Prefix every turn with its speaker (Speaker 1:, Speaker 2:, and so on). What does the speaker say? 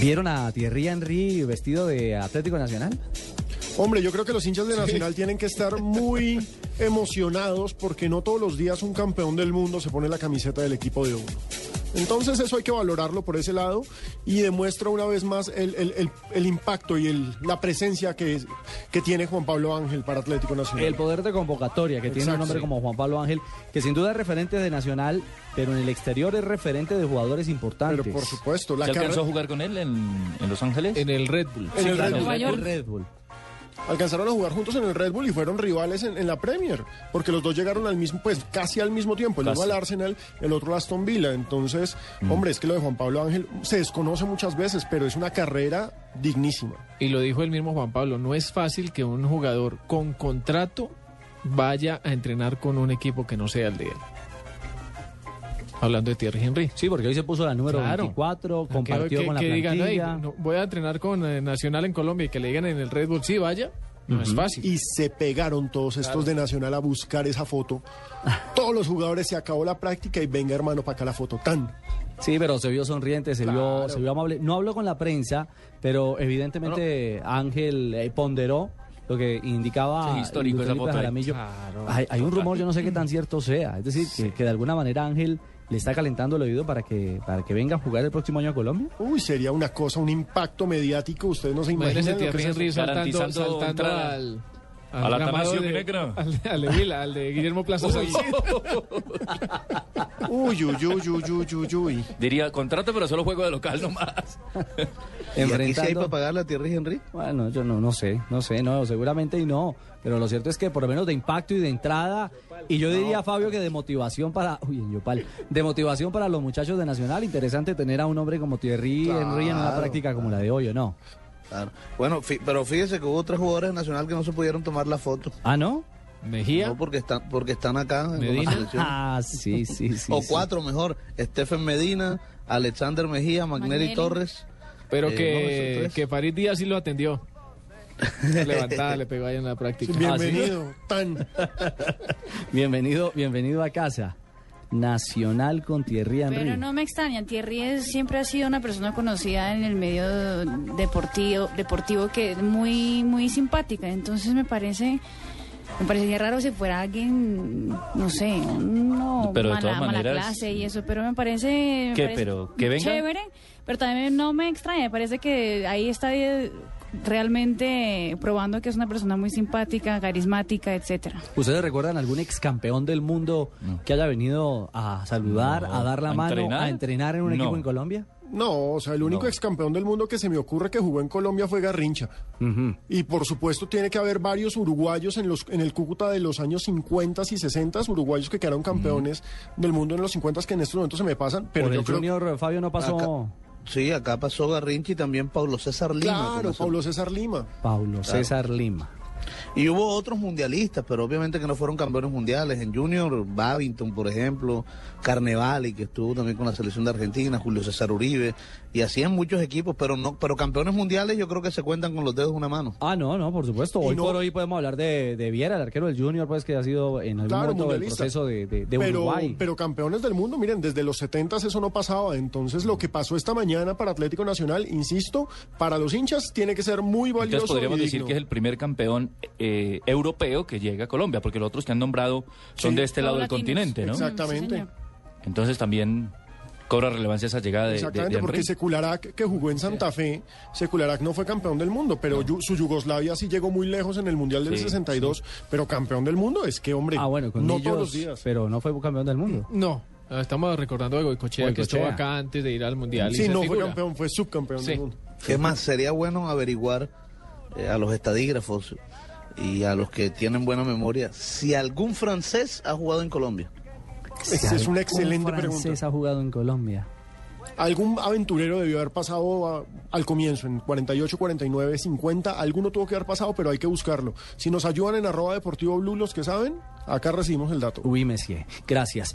Speaker 1: ¿Vieron a Thierry Henry vestido de Atlético Nacional?
Speaker 2: Hombre, yo creo que los hinchas de Nacional tienen que estar muy emocionados porque no todos los días un campeón del mundo se pone la camiseta del equipo de uno. Entonces eso hay que valorarlo por ese lado y demuestra una vez más el, el- el- el impacto y el- la presencia que, es- que tiene Juan Pablo Ángel para Atlético Nacional.
Speaker 1: El poder de convocatoria que tiene
Speaker 2: Exacto,
Speaker 1: un hombre
Speaker 2: sí.
Speaker 1: como Juan Pablo Ángel, que sin duda es referente de Nacional, pero en el exterior es referente de jugadores importantes.
Speaker 2: Pero por supuesto, la
Speaker 3: ¿Se
Speaker 2: carrera-
Speaker 3: alcanzó a jugar con él en, en Los Ángeles?
Speaker 4: En el Red Bull.
Speaker 2: en el Red Bull.
Speaker 5: Nueva
Speaker 1: El
Speaker 5: York.
Speaker 1: Red Bull.
Speaker 2: alcanzaron a jugar juntos en el Red Bull y fueron rivales en, en la Premier, porque los dos llegaron al mismo, pues casi al mismo tiempo, el
Speaker 3: Casi.
Speaker 2: uno al Arsenal, el otro al Aston Villa. Entonces,
Speaker 4: Mm.
Speaker 2: hombre, es que lo de Juan Pablo Ángel se desconoce muchas veces, pero es una carrera dignísima.
Speaker 4: Y lo dijo el mismo Juan Pablo, no es fácil que un jugador con contrato vaya a entrenar con un equipo que no sea el de él. Hablando de Thierry Henry.
Speaker 1: Sí, porque hoy se puso la número
Speaker 4: Claro. Ah,
Speaker 1: 24,
Speaker 4: Que-
Speaker 1: compartió
Speaker 4: que-
Speaker 1: con la
Speaker 4: que digan,
Speaker 1: plantilla.
Speaker 4: "Ey, no, voy a entrenar con eh, Nacional en Colombia y que le digan en el Red Bull, sí, vaya, no es fácil.
Speaker 2: Y se pegaron todos estos de Nacional a buscar esa foto. Todos los jugadores se acabó la práctica y venga hermano para acá la foto. Tan.
Speaker 1: Sí, pero se vio sonriente, se, vio, se vio amable. No habló con la prensa, pero evidentemente Ángel eh, ponderó lo que indicaba
Speaker 3: Sí, histórico
Speaker 1: Luis
Speaker 3: esa
Speaker 1: Felipe
Speaker 3: foto ahí.
Speaker 1: Jaramillo.
Speaker 4: Claro.
Speaker 1: hay, hay un rumor, yo no sé qué tan cierto sea. Es decir, que, que de alguna manera Ángel le está calentando el oído para que, para que venga a jugar el próximo año a Colombia.
Speaker 2: Uy, sería una cosa, un impacto mediático. Ustedes no se
Speaker 4: Imagínese
Speaker 2: imaginan. lo que es
Speaker 4: Thierry
Speaker 2: eso.
Speaker 4: Henry saltando,
Speaker 3: Garantizando
Speaker 4: saltando
Speaker 3: entrada
Speaker 4: al...
Speaker 3: a la
Speaker 4: gramado
Speaker 3: Atanasio
Speaker 4: de-
Speaker 3: Minegra.
Speaker 4: Al, al de Vila, al de Guillermo Plaza Salcedo.
Speaker 2: Uy, uy, uy, uy, uy, uy, uy.
Speaker 3: Diría, contrato, pero solo juego de local nomás.
Speaker 6: ¿Y aquí sí hay
Speaker 1: Enfrentando-
Speaker 6: para pagar la tierra, Henry?
Speaker 1: Bueno, yo no, no sé, no sé, no, seguramente y no. Pero lo cierto es que por lo menos de impacto y de entrada, y yo diría, Fabio, que de motivación para, uy, en Yopal, de motivación para los muchachos de Nacional, interesante tener a un hombre como Thierry Henry en una
Speaker 6: Claro,
Speaker 1: práctica como la de hoy, ¿o no?
Speaker 6: Claro. Bueno, fí- pero fíjese que hubo tres jugadores de nacional que no se pudieron tomar la foto.
Speaker 1: ¿Ah, no?
Speaker 4: Mejía,
Speaker 6: No porque están, porque están acá en
Speaker 4: Medina.
Speaker 6: la selección.
Speaker 1: Ah, sí, sí, sí.
Speaker 6: o
Speaker 1: sí.
Speaker 6: cuatro mejor, Stephen Medina, Alexander Mejía, Magnelli
Speaker 5: Magnelli.
Speaker 6: Torres.
Speaker 4: pero
Speaker 6: Eh, no,
Speaker 4: que,
Speaker 6: esos tres.
Speaker 4: que Farid Díaz sí lo atendió. Levantada, le pegó ahí en la práctica. Ah,
Speaker 2: Bienvenido, Tan.
Speaker 1: Bienvenido, bienvenido a casa. Nacional con Thierry Henry.
Speaker 5: Pero no me extraña, Thierry es- siempre ha sido una persona conocida en el medio deportivo, deportivo que es muy, muy simpática. Entonces me parece, me parecería raro si fuera alguien, no sé, no,
Speaker 3: Pero de
Speaker 5: mala,
Speaker 3: todas
Speaker 5: mala
Speaker 3: maneras-
Speaker 5: clase y eso. Pero me parece, me
Speaker 3: ¿Qué,
Speaker 5: parece
Speaker 3: pero, que venga?
Speaker 5: chévere. Pero también no me extraña, me parece que ahí está eh, realmente probando que es una persona muy simpática, carismática, etcétera.
Speaker 1: ¿Ustedes recuerdan algún ex campeón del mundo que haya venido a saludar,
Speaker 3: No.
Speaker 1: a dar la
Speaker 3: ¿A
Speaker 1: mano,
Speaker 3: entrenar?
Speaker 1: a entrenar en un
Speaker 3: No.
Speaker 1: equipo en Colombia?
Speaker 2: No, o sea, el único
Speaker 3: No.
Speaker 2: excampeón del mundo que se me ocurre que jugó en Colombia fue Garrincha. Y por supuesto tiene que haber varios uruguayos en, los, en el Cúcuta de los años 50 y 60, uruguayos que quedaron campeones del mundo en los 50 que en estos momentos se me pasan, pero
Speaker 1: Por
Speaker 2: yo
Speaker 1: el
Speaker 2: creo
Speaker 1: Junior Fabio no pasó.
Speaker 6: Sí, acá pasó Garrincha y también Pablo César Lima.
Speaker 2: Claro,
Speaker 6: comenzó.
Speaker 2: Pablo César Lima.
Speaker 1: Paulo César Lima.
Speaker 6: Y hubo otros mundialistas, pero obviamente que no fueron campeones mundiales. En Junior, Babington, por ejemplo, Carnevali, que estuvo también con la selección de Argentina, Julio César Uribe, y así en muchos equipos, pero no, pero campeones mundiales yo creo que se cuentan con los dedos de una mano.
Speaker 1: Ah, no, no, por supuesto.
Speaker 2: Y
Speaker 1: Hoy
Speaker 2: no-
Speaker 1: por hoy podemos hablar de, de Viera, el arquero del Junior, pues que ha sido en algún
Speaker 2: Claro,
Speaker 1: momento del
Speaker 2: mundialista.
Speaker 1: proceso de, de, de
Speaker 2: pero,
Speaker 1: Uruguay.
Speaker 2: pero campeones del mundo, miren, desde los 70 eso no pasaba. Entonces
Speaker 3: Mm.
Speaker 2: lo que pasó esta mañana para Atlético Nacional, insisto, para los hinchas tiene que ser muy valioso.
Speaker 3: Entonces podríamos
Speaker 2: y
Speaker 3: decir
Speaker 2: digno.
Speaker 3: que es el primer campeón eh, europeo que llega a Colombia, porque los otros que han nombrado son
Speaker 2: Sí.
Speaker 3: de este lado del
Speaker 5: Paulatinos.
Speaker 3: continente, ¿no?
Speaker 2: Exacto. Exactamente.
Speaker 5: Sí, señor.
Speaker 3: Entonces también cobra relevancia esa llegada de, de- de
Speaker 2: Exactamente,
Speaker 3: Henry.
Speaker 2: porque Secularac, que jugó en Santa Fe, Secularac no fue campeón del mundo, pero yu- su Yugoslavia sí llegó muy lejos en el Mundial del
Speaker 3: Sí,
Speaker 2: 62, pero campeón del mundo es que, hombre,
Speaker 1: ah, bueno, con
Speaker 2: no
Speaker 1: ellos,
Speaker 2: todos los días. eh.
Speaker 1: Pero no fue campeón del mundo.
Speaker 4: No, estamos recordando a Goicochea, que estuvo
Speaker 1: Goicoechea.
Speaker 4: acá antes de ir al Mundial. y
Speaker 2: sí,
Speaker 4: ser
Speaker 2: no fue
Speaker 4: figura.
Speaker 2: campeón, fue subcampeón
Speaker 4: Sí.
Speaker 2: del mundo.
Speaker 6: Es más, sería bueno averiguar eh, a los estadígrafos y a los que tienen buena memoria si algún francés ha jugado en Colombia.
Speaker 2: Esa es una excelente
Speaker 1: ¿Un francés
Speaker 2: pregunta.
Speaker 1: ha jugado en Colombia?
Speaker 2: Algún aventurero debió haber pasado a- al comienzo, en 48, 49, 50, alguno tuvo que haber pasado, pero hay que buscarlo. Si nos ayudan en arroba deportivo blue, los que saben, acá recibimos el dato.
Speaker 1: Uy, Messier. Gracias.